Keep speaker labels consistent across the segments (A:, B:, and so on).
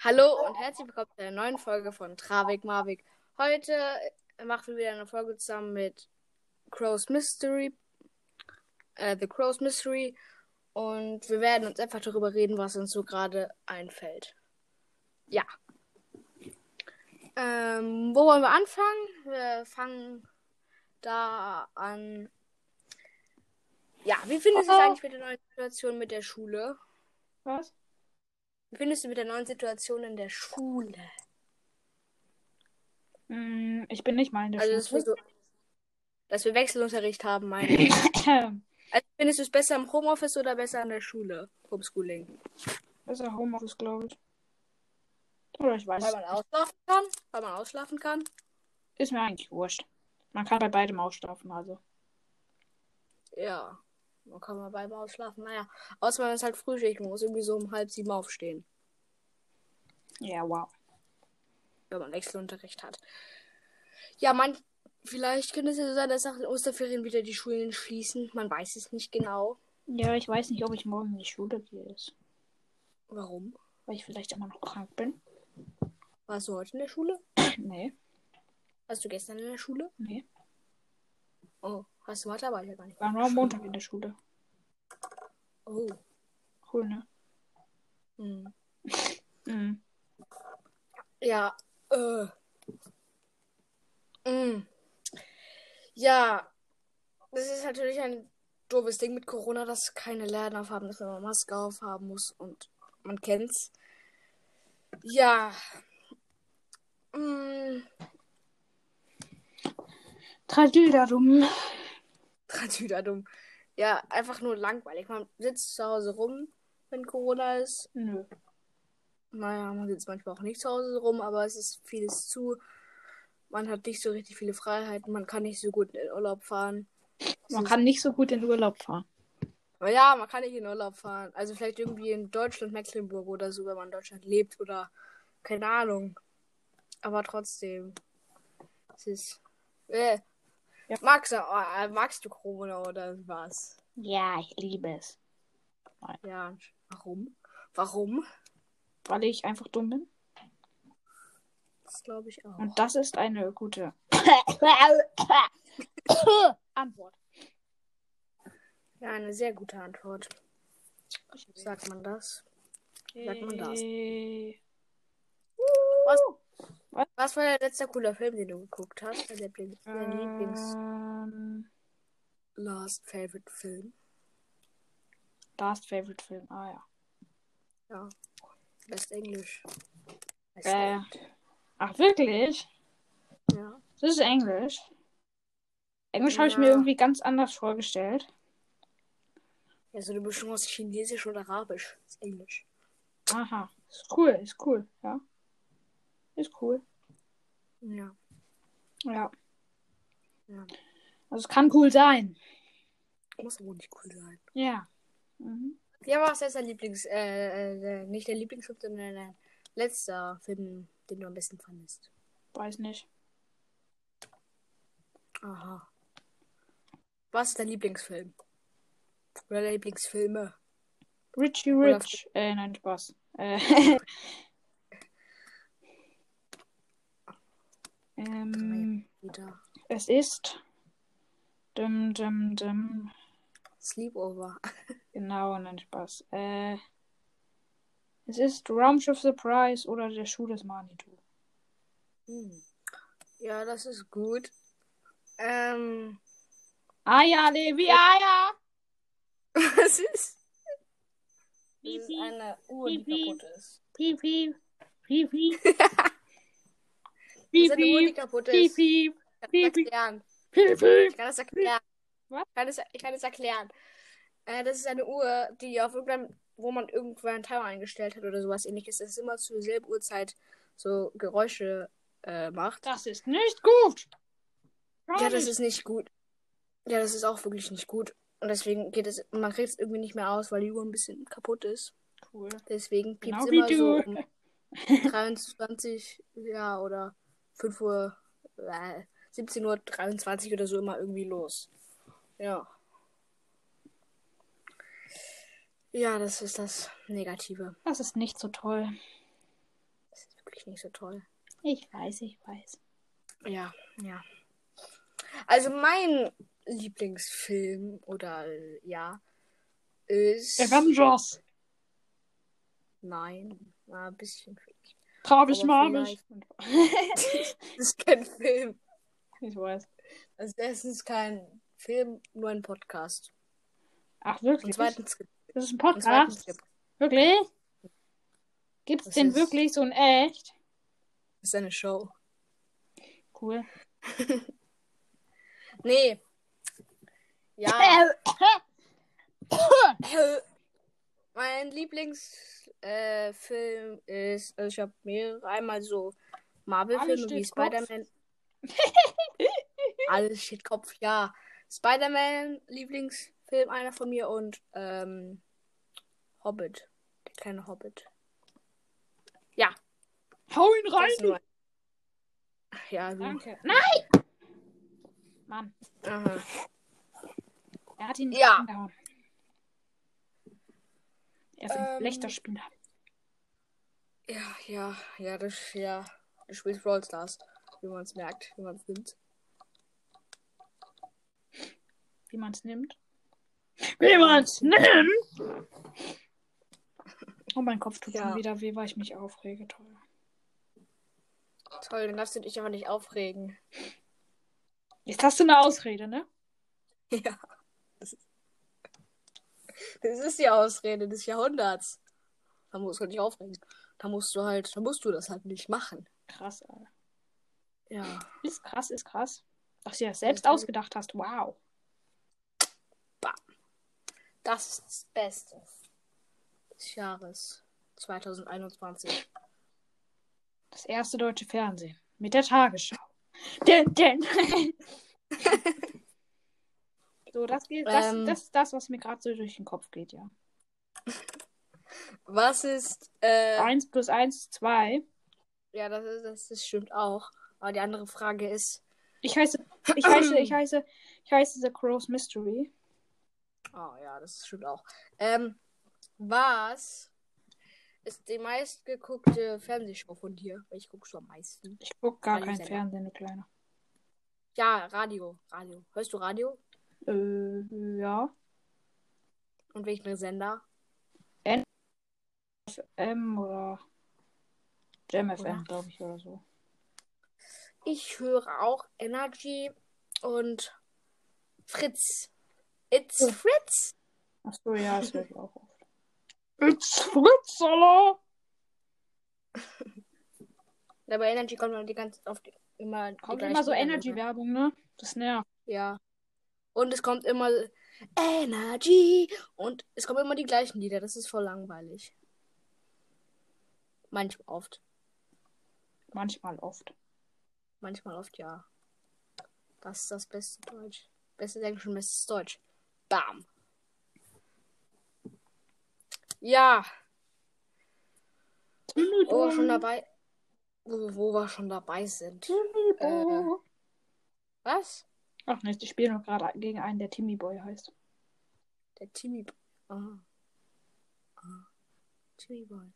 A: Hallo und herzlich willkommen zu einer neuen Folge von Travik Marvik. Heute machen wir wieder eine Folge zusammen mit Crow's Mystery, äh, The Crow's Mystery und wir werden uns einfach darüber reden, was uns so gerade einfällt. Ja. Ähm, wo wollen wir anfangen? Wir fangen da an. Ja, wie findest du es
B: Oh.
A: eigentlich mit der neuen Situation mit der Schule?
B: Was?
A: Wie findest du mit der neuen Situation in der Schule?
B: Mm, ich bin nicht mal in der
A: Also, dass wir,
B: Schule.
A: so, dass wir Wechselunterricht haben, meine ich. Also, findest du es besser im Homeoffice oder besser an der Schule? Homeschooling.
B: Das ist ja Homeoffice, glaube ich. Oder Also ich weiß.
A: Weil man ausschlafen kann? Weil man ausschlafen kann?
B: Ist mir eigentlich wurscht. Man kann bei beidem ausschlafen, also.
A: Ja. Man kann mal beim Ausschlafen. Naja, außer man ist halt Frühschicht. Man muss irgendwie so um halb sieben aufstehen,
B: Ja, wow.
A: wenn man Wechselunterricht hat. Ja, man, vielleicht könnte es ja so sein, dass nach den Osterferien wieder die Schulen schließen. Man weiß es nicht genau.
B: Ja, ich weiß nicht, ob ich morgen in die Schule gehe.
A: Warum?
B: Weil ich vielleicht immer noch krank bin.
A: Warst du heute in der Schule?
B: nee,
A: Warst du gestern in der Schule?
B: nee.
A: Oh, hast du Mathe, aber ich ja gar nicht.
B: War nur am Montag in der Schule.
A: Oh.
B: Cool, ne?
A: Hm.
B: Mhm.
A: Ja, äh. Mm. Ja, das ist natürlich ein doofes Ding mit Corona, dass keine Läden aufhaben, dass man immer Maske aufhaben muss und man kennt's. Ja. Mm.
B: Tradül darum.
A: Tradüder dumm. Ja, einfach nur langweilig. Man sitzt zu Hause rum, wenn Corona ist.
B: Nö.
A: Naja, man sitzt manchmal auch nicht zu Hause rum, aber es ist vieles zu. Man hat nicht so richtig viele Freiheiten, man kann nicht so gut in den Urlaub fahren.
B: Man kann nicht so gut in Urlaub fahren.
A: Aber ja, man kann nicht in den Urlaub fahren. Also vielleicht irgendwie in Deutschland, Mecklenburg oder so, wenn man in Deutschland lebt oder keine Ahnung. Aber trotzdem. Es ist. Äh.
B: Ja.
A: Magst, du- äh, magst du Corona oder was?
B: Ja, ich liebe es.
A: Ja. Warum? Warum?
B: Weil ich einfach dumm bin.
A: Das glaube ich auch.
B: Und das ist eine gute Antwort.
A: Ja, eine sehr gute Antwort. Sagt man das? Sagt man das?
B: Äh,
A: Was, was war der letzte coole Film, den du geguckt hast? Dein Lieblings, dein
B: Äh.
A: Lieblings
B: ähm,
A: Last Favorite Film?
B: Last Favorite Film. Ah ja.
A: Ja. Best Englisch. Best
B: Äh,
A: Englisch.
B: ach wirklich?
A: Ja.
B: Das ist Englisch. Englisch habe ich
A: Ja.
B: mir irgendwie ganz anders vorgestellt.
A: Also eine Mischung aus Chinesisch und Arabisch. Das ist Englisch.
B: Aha. Ist cool, ist cool, ja. Ist cool.
A: Ja.
B: Ja.
A: Ja.
B: Also es kann cool sein.
A: Muss aber nicht cool sein.
B: Ja. Mhm.
A: Ja, was ist dein Lieblings... Äh, äh, nicht dein Lieblingsfilm, sondern dein letzter Film, den du am besten fandest.
B: Weiß nicht.
A: Aha. Was ist dein Lieblingsfilm? Oder deine Lieblingsfilme?
B: Richie
A: Oder-
B: Rich. Äh, nein, Spaß. Äh. ähm.
A: Wieder.
B: Es ist. Dum, dum, dum.
A: Sleepover.
B: Genau, nein, Spaß. Äh, es ist Raumschiff Surprise oder der Schuh des Manitou.
A: Hm. Ja, das ist gut. Ähm,
B: Ah ja, Levi, ah ja!
A: was ist?
B: Piep,
A: Das ist eine Uhr,
B: Piep,
A: die
B: piep.
A: kaputt ist.
B: piep, piep, piep, piep.
A: Das
B: Piep,
A: ist eine Uhr, die
B: piep,
A: kaputt
B: piep,
A: ist. Ich
B: piep,
A: kann das
B: piep, piep.
A: erklären.
B: piep, piep.
A: Ich kann das erklären.
B: Was?
A: Ich kann das, ich kann das erklären. Äh, das ist eine Uhr, die auf irgendeinem, wo man irgendwo einen Timer eingestellt hat oder sowas ähnliches, das ist immer zur selben Uhrzeit so Geräusche äh, macht.
B: Das ist nicht gut.
A: Ja, das ist nicht gut. Ja, das ist auch wirklich nicht gut. Und deswegen geht es, man kriegt es irgendwie nicht mehr aus, weil die Uhr ein bisschen kaputt ist.
B: cool.
A: Deswegen piept
B: Genau
A: es immer
B: wie
A: so
B: du.
A: um 23, ja, oder 5 Uhr, äh, 17.23 Uhr oder so immer irgendwie los. Ja. Ja, das ist das Negative.
B: Das ist nicht so toll.
A: ich nicht so toll.
B: Ich weiß, ich weiß.
A: Ja, ja. Also mein Lieblingsfilm oder äh, ja ist.
B: Äh, Avengers!
A: Nein, na, ein bisschen. vielleicht.
B: Trabisch,
A: Aber
B: Marbisch.
A: Das ist kein Film.
B: ich weiß.
A: Also erstens kein Film, nur ein Podcast.
B: Ach,
A: Und
B: wirklich? Das
A: zweitens,
B: ist ein
A: und zweitens
B: Podcast? Wirklich? Gibt's
A: Das
B: den
A: ist-
B: wirklich so in echt?
A: ist eine Show.
B: Cool.
A: Nee. Ja.
B: Äh,
A: mein Lieblingsfilm äh, Film ist, also ich habe mehrere, einmal so
B: Alles
A: Marvel-Filme
B: steht
A: wie
B: Kopf.
A: Spider-Man. Alles steht Kopf, ja. Spider-Man, Lieblingsfilm einer von mir und ähm, Hobbit. Der kleine Hobbit.
B: Hau ihn
A: Das
B: rein!
A: ist nur- Ach ja,
B: du.
A: du.
B: Danke. Nein! Mann,
A: Aha.
B: er hat ihn nicht
A: Ja.
B: angehauen. Er ist ein
A: Ähm.
B: schlechter Spieler.
A: Ja, ja, ja, das, ja. Du spielst Brawl Stars, wie man es merkt, wie man es nimmt.
B: Wie man es nimmt. Wie man es nimmt! Oh, mein Kopf tut
A: Ja.
B: schon wieder weh, weil ich mich aufrege. Toll.
A: Toll, dann darfst du dich aber nicht aufregen.
B: Jetzt hast du eine Ausrede, ne?
A: Ja. Das ist, das ist die Ausrede des Jahrhunderts. Da musst du dich aufregen. Da musst du halt, da musst du das halt nicht machen.
B: Krass, Alter.
A: Ja.
B: Ist krass, ist krass. Dass du dir das
A: Das
B: selbst
A: ist-
B: ausgedacht hast. Wow.
A: Das ist das Beste des Jahres 2021.
B: Das erste deutsche Fernsehen. Mit der Tagesschau. Denn, denn. so, das, geht, das,
A: Ähm.
B: das ist das, was mir gerade so durch den Kopf geht, ja.
A: Was ist, äh,
B: Eins plus eins ist zwei.
A: ja, das, ist, das, das stimmt auch. Aber die andere Frage ist,
B: Ich heiße, ich heiße, ich heiße, ich heiße The Crow's Mystery.
A: Oh ja, das stimmt auch. Ähm, was ist die meistgeguckte Fernsehshow von dir? Ich gucke schon am meisten.
B: Ich guck gar
A: Radio
B: kein
A: Sender.
B: Fernsehen, du Kleiner.
A: Ja, Radio. Radio. Hörst du Radio?
B: Äh, ja.
A: Und welchen Sender?
B: M oder Jam
A: Oder?
B: FM, glaube ich, oder so.
A: Ich höre auch Energy und Fritz. It's
B: Ja.
A: Fritz.
B: Achso, ja, das höre ich auch oft. It's Fritz, Alter!
A: Aber Energy kommt immer die ganze auf die, immer die
B: Kommt
A: gleichen
B: immer so
A: Sender.
B: Energy-Werbung, ne? Das nervt.
A: Ja. Und es kommt immer Energy und es kommen immer die gleichen Lieder. Das ist voll langweilig. Manchmal oft.
B: Manchmal oft.
A: Manchmal oft, ja. Das ist das beste Deutsch. Bestes Englisch und bestes Deutsch. Bam. Ja. Wo
B: Oh,
A: wir Oh, schon dabei. Wo, wo wir schon dabei sind. Äh. Was?
B: Ach nicht, ich spiele noch gerade gegen einen, der Timmy Boy heißt.
A: Der Timmy. Aha. Aha. Timmy Boy.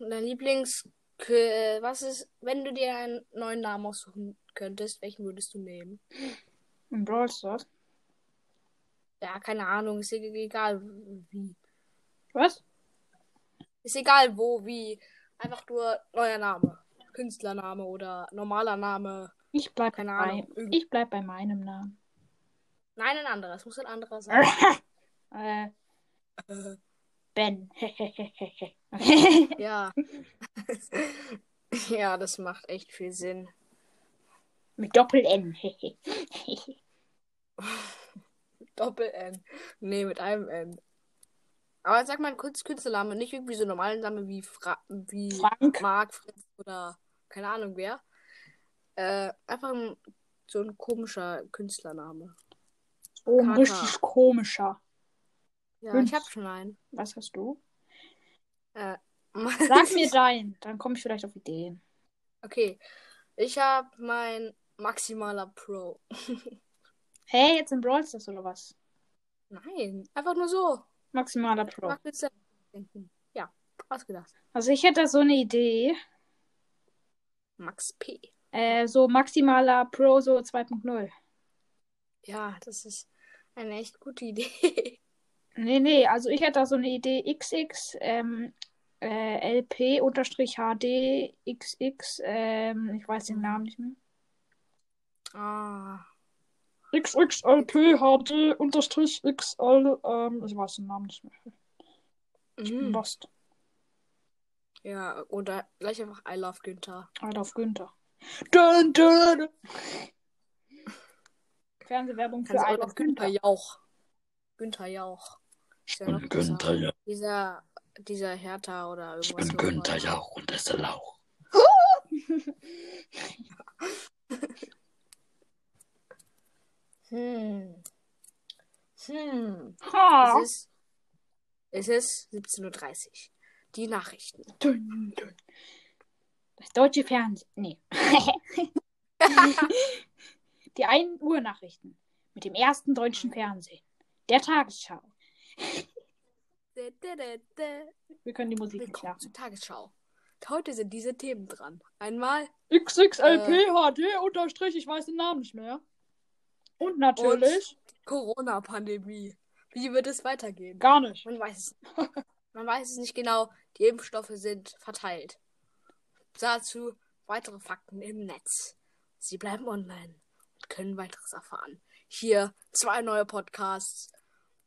A: Dein Lieblings. Kö- äh, Was ist, wenn du dir einen neuen Namen aussuchen könntest, welchen würdest du nehmen?
B: In Brawl Stars.
A: Ja, keine Ahnung, ist e- egal wie.
B: Was?
A: Ist egal wo, wie. Einfach nur neuer Name. Künstlername oder normaler Name.
B: Ich bleib,
A: Keine
B: bei,
A: Ahnung. Mhm. Irgend-
B: ich bleib bei meinem Namen.
A: Nein, ein anderer. Es muss ein anderer sein.
B: äh,
A: Äh,
B: Ben.
A: ja. ja, das macht echt viel Sinn.
B: Mit Doppel-N.
A: Doppel-N. Nee, mit einem N. Aber sag mal einen kurz Künstlername, nicht irgendwie so einen normalen Namen wie, Fra wie
B: Frank.
A: Mark, Fritz oder keine Ahnung wer. Äh, einfach ein, so ein komischer Künstlername.
B: Oh, ein
A: Kaka.
B: richtig komischer.
A: Ja,
B: Fünf.
A: ich hab schon einen.
B: Was hast du?
A: Mein-
B: Sag mir deinen, dann komme ich vielleicht auf Ideen.
A: okay. Ich hab mein maximaler Pro.
B: Hey, jetzt in Brawl Stars oder was?
A: Nein, einfach nur so.
B: Maximaler Pro.
A: Mach Künstler denken. Ja, ausgedacht.
B: Also ich hätte da so eine Idee.
A: Max P.
B: Äh, so maximaler Pro so 2.0.
A: Ja, das ist eine echt gute Idee.
B: Nee, nee, also ich hätte da so eine Idee XX ähm, äh, LP unterstrich HD XX, ähm, ich weiß den Namen nicht mehr.
A: ah.
B: XXLP HD unterstrich XL, ähm, ich weiß den Namen nicht mehr.
A: Mhm.
B: Lost.
A: Ja, oder gleich einfach I love Günther.
B: Alter, auf Günther. Dun, dun. Fernsehwerbung für
A: Kannst auch
B: Alter
A: noch
B: auf Günther.
A: Also Günther Jauch. Günther Jauch. Ist ja noch
C: Und
A: besser.
C: Günther, ja.
A: Dieser, dieser Hertha oder
C: Ich
A: irgendwas.
C: bin Günther, ja. Und das ist der Lauch.
A: Hm. Hm.
B: Ha.
A: Es ist, es ist 17.30 Uhr. Die Nachrichten.
B: Dun, dun. Das deutsche Fernsehen. Nee. Die 1 Uhr Nachrichten. Mit dem ersten deutschen Fernsehen. Der Tagesschau. Wir können die Musik nicht
A: Willkommen zur
B: lassen.
A: Tagesschau. Heute sind diese Themen dran. Einmal Äh.
B: XXLPHD unterstrich, ich weiß den Namen nicht mehr. Und natürlich
A: Corona-Pandemie. Wie wird es weitergehen?
B: gar nicht.
A: Man weiß es nicht. Man weiß es nicht genau. Die Impfstoffe sind verteilt. Dazu weitere Fakten im Netz. Sie bleiben online und können weiteres erfahren. Hier zwei neue Podcasts.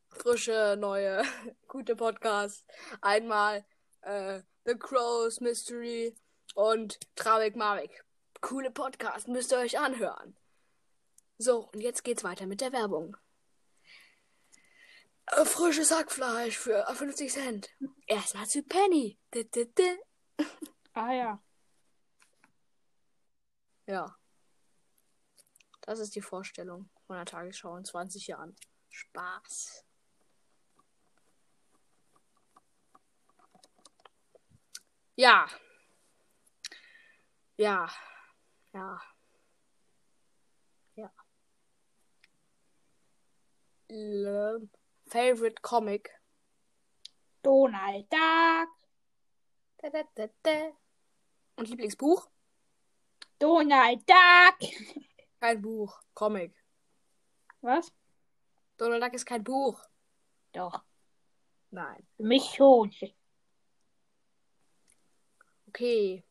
A: Frische, neue, gute Podcasts. Einmal äh, The Crows Mystery und Travik Mavik. Coole Podcasts, müsst ihr euch anhören. So, und jetzt geht's weiter mit der Werbung. Äh, Frisches Hackfleisch für 50 Cent. Erstmal zu Penny. D -d -d.
B: Ah ja.
A: Ja. Das ist die Vorstellung von der Tagesschau in 20 Jahren. Spaß. Ja. Ja. Ja. Ja. Ähm, favorite Comic.
B: Donald Duck.
A: Da, da, da, da. Und Lieblingsbuch?
B: Donald Duck.
A: Kein Buch. Comic.
B: Was?
A: Donald Duck ist kein Buch.
B: Doch.
A: Nein.
B: Für mich schon.
A: Okay.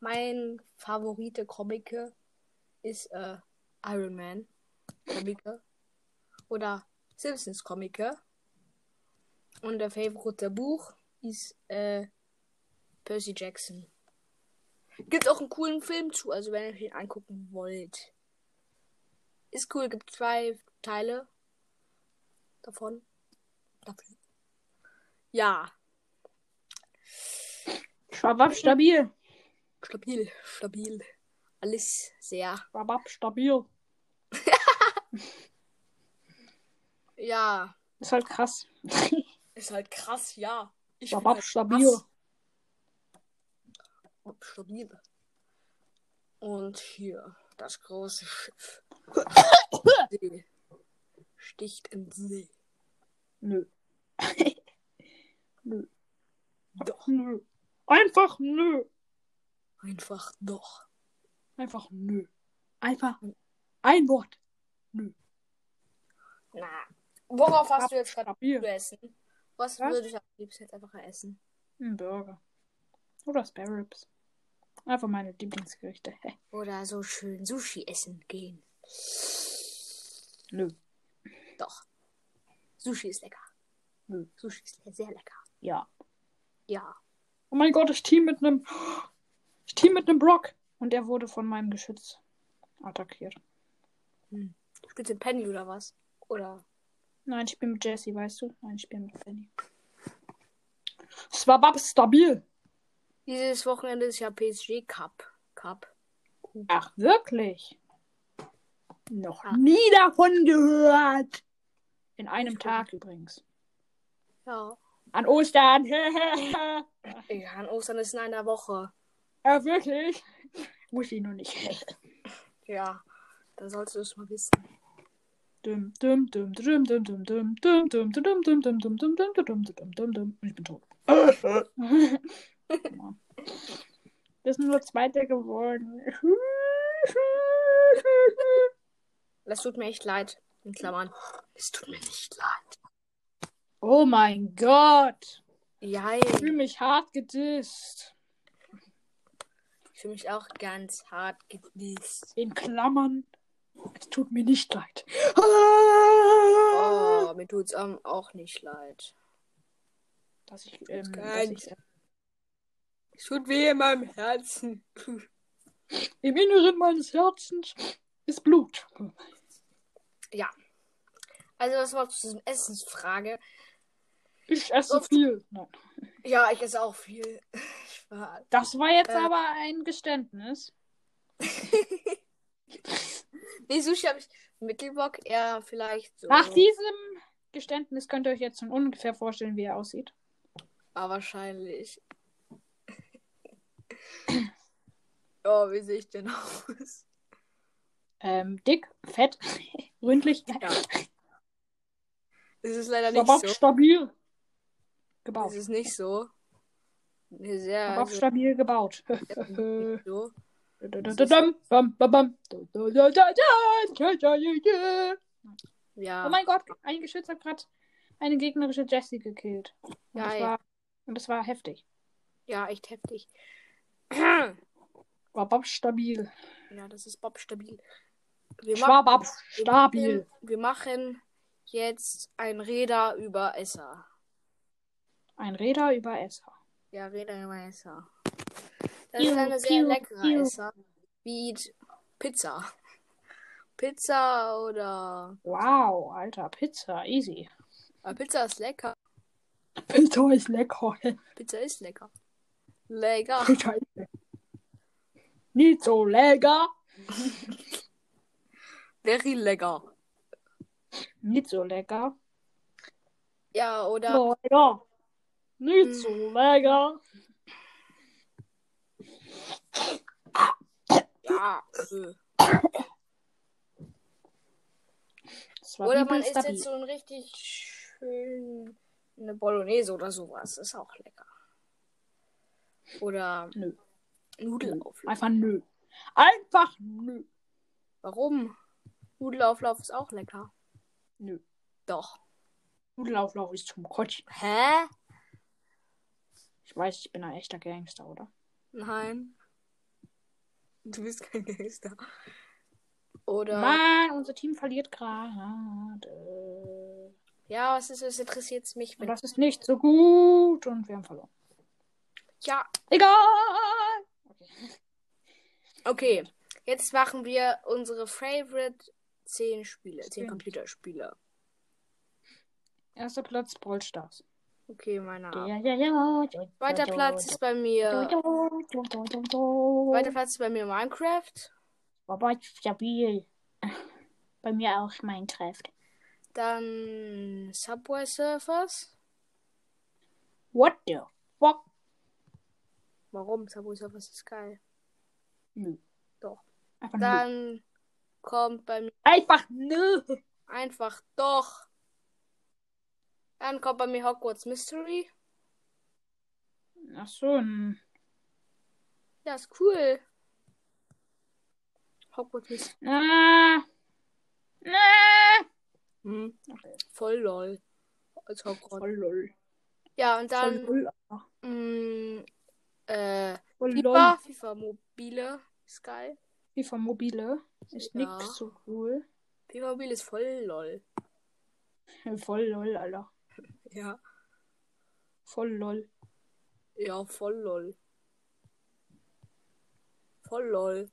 A: Mein Favorite Comic ist äh, Iron Man Comic oder Simpsons Comic. Und der Favorite Buch ist äh, Percy Jackson. Gibt auch einen coolen Film zu, also wenn ihr ihn angucken wollt. Ist cool, gibt zwei Teile davon. Dafür. Ja.
B: Schwabab stabil.
A: Stabil, stabil. Alles sehr.
B: Schwabab stabil.
A: Ja,
B: Ist halt krass.
A: ist halt krass, ja. Ich find
B: Schwabab
A: halt
B: stabil.
A: krass. Bab stabil. Und hier, das große Schiff. See. Sticht in See.
B: Nö. nö.
A: Doch.
B: Nö. Einfach nö.
A: Einfach doch.
B: Einfach nö. Einfach ein Wort.
A: Na. Worauf hast
B: Bab
A: du jetzt gerade zu
B: stabil.
A: essen? Was
B: Was?
A: würde ich am liebsten jetzt einfach essen?
B: Ein Burger. Oder Spare Ribs. Einfach meine Lieblingsgerichte.
A: Oder so schön Sushi essen gehen.
B: Nö.
A: Doch. Sushi ist lecker.
B: Nö.
A: Sushi ist sehr lecker.
B: Ja.
A: Ja.
B: Oh mein Gott, ich team mit einem. Ich team mit einem Brock. Und er wurde von meinem Geschütz attackiert.
A: Spielst du Penny oder was? Oder
B: Nein, ich bin mit Jesse, weißt du? Nein, ich bin mit Fanny. Swabab stabil.
A: dieses Wochenende ist ja PSG Cup. Cup.
B: Ach, wirklich? Noch
A: Ja.
B: nie davon gehört. In einem
A: Ich
B: Tag übrigens.
A: Ja.
B: An Ostern.
A: Ja, an Ostern ist in einer Woche.
B: ja, wirklich? Muss ich noch nicht.
A: Ja. Dann sollst du es mal wissen.
B: Dum, dum, dum, dum, dum, dum, dum, dum, dum, dum, dum, dum, dum, dum, dum, dum, dum, dum, dum, dum. Und ich bin tot. Wir sind nur Zweiter geworden.
A: Das tut mir echt leid. In Klammern. Es tut mir nicht leid.
B: Oh mein Gott. Ich fühle
A: Jein.
B: mich hart gedisst.
A: Ich fühle mich auch ganz hart gedießt.
B: In Klammern. Es tut mir nicht leid.
A: Oh, mir tut's am- auch nicht leid.
B: Dass ich, ähm, dass
A: Kein-
B: ich
A: Es tut weh in meinem Herzen.
B: im Inneren meines Herzens ist Blut.
A: Also, das war zu diesem Essensfrage.
B: Ich esse
A: So-
B: viel. Nein.
A: Ja, ich esse auch viel. Ich war
B: Das war jetzt
A: Äh.
B: aber ein Geständnis.
A: Nee, Sushi habe ich Mittelbock eher vielleicht so.
B: Nach diesem Geständnis könnt ihr euch jetzt schon ungefähr vorstellen, wie er aussieht.
A: Aber Ah, wahrscheinlich. oh, wie sehe ich denn aus?
B: Ähm, dick, fett, ründlich,
A: Ja. Es ist leider nicht
B: aber
A: so.
B: stabil
A: Es
B: gebaut.
A: ist nicht so. Nee, sehr
B: Aber
A: also,
B: stabil gebaut.
A: nicht so.
B: Oh
A: Ja.
B: mein Gott, ein Geschütz hat gerade eine gegnerische Jessie gekillt. Und das,
A: Geil.
B: war, und das war heftig.
A: ja, echt heftig.
B: War Bob stabil.
A: ja, das ist Bob stabil. Wir
B: Schwabab
A: wir
B: stabil.
A: Machen, wir machen jetzt ein Räder über Esser.
B: Ein Räder über Esser.
A: Ja, Räder über Esser. Das
B: Piu,
A: ist eine sehr
B: piu,
A: leckere
B: piu.
A: Esser. Wie Pizza. Pizza oder.
B: Wow, Alter, Pizza, easy.
A: Aber Pizza ist lecker.
B: Pizza ist lecker.
A: Pizza ist lecker. Lecker.
B: Pizza ist lecker. Nicht so lecker.
A: Very lecker.
B: Nicht so lecker.
A: Ja, Hm. oder.
B: Lecker. Nicht so lecker.
A: Ja. äh.
B: Das war
A: Oder man
B: übelst
A: isst
B: stabil.
A: jetzt so ein richtig schön. Eine Bolognese oder sowas. Ist auch lecker. Oder.
B: Nö.
A: Nudelauflauf.
B: Einfach nö. Einfach nö.
A: Warum? Nudelauflauf ist auch lecker.
B: Nö.
A: Doch.
B: Nudelauflauf ist zum Kotzen.
A: Hä?
B: Ich weiß, ich bin ein echter Gangster, oder?
A: Nein. Du bist kein Gangster. Oder.
B: Mann, unser Team verliert gerade.
A: Ja, es, ist, es interessiert mich.
B: Und
A: Wenn,
B: das ist nicht so gut. Und wir haben verloren.
A: ja,
B: Egal.
A: okay. Jetzt machen wir unsere Favorite 10 Spiele, 10
B: Stimmt.
A: Computerspiele.
B: Erster Platz Brawl Stars.
A: Okay, meiner.
B: Ja, ja, ja.
A: Zweiter Platz ist bei mir. Zweiter
B: Weiter.
A: Platz ist bei mir Minecraft.
B: Aber stabil. Bei mir auch Minecraft.
A: Dann Subway Surfers.
B: What the fuck?
A: Warum? Subway Surfers ist geil.
B: Nö.
A: Doch.
B: Einfach nö.
A: Dann kommt bei mir
B: Einfach nö.
A: einfach doch. Dann kommt bei mir Hogwarts Mystery.
B: Ach so. n-
A: Ja, ist cool. Hogwarts ist
B: Ah. Ah.
A: hm.
B: Okay.
A: voll lol. Als Hogwarts.
B: Voll lol.
A: Ja, und
B: Voll
A: dann
B: lol.
A: mh, äh,
B: Voll lol.
A: FIFA, FIFA Mobile ist geil.
B: FIFA Mobile ist
A: Ja.
B: nix so cool.
A: FIFA Mobile ist voll lol.
B: Voll lol, Alter.
A: Ja,
B: Voll lol.
A: ja, voll lol. Voll lol.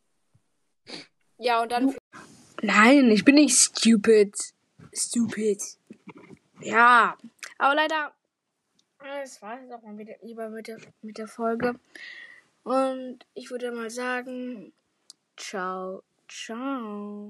A: Ja, und dann. Nein, ich bin nicht stupid. Stupid. Ja, aber leider. äh, Das war es auch mal wieder, lieber mit der, mit der Folge. Und ich würde mal sagen: Ciao, ciao.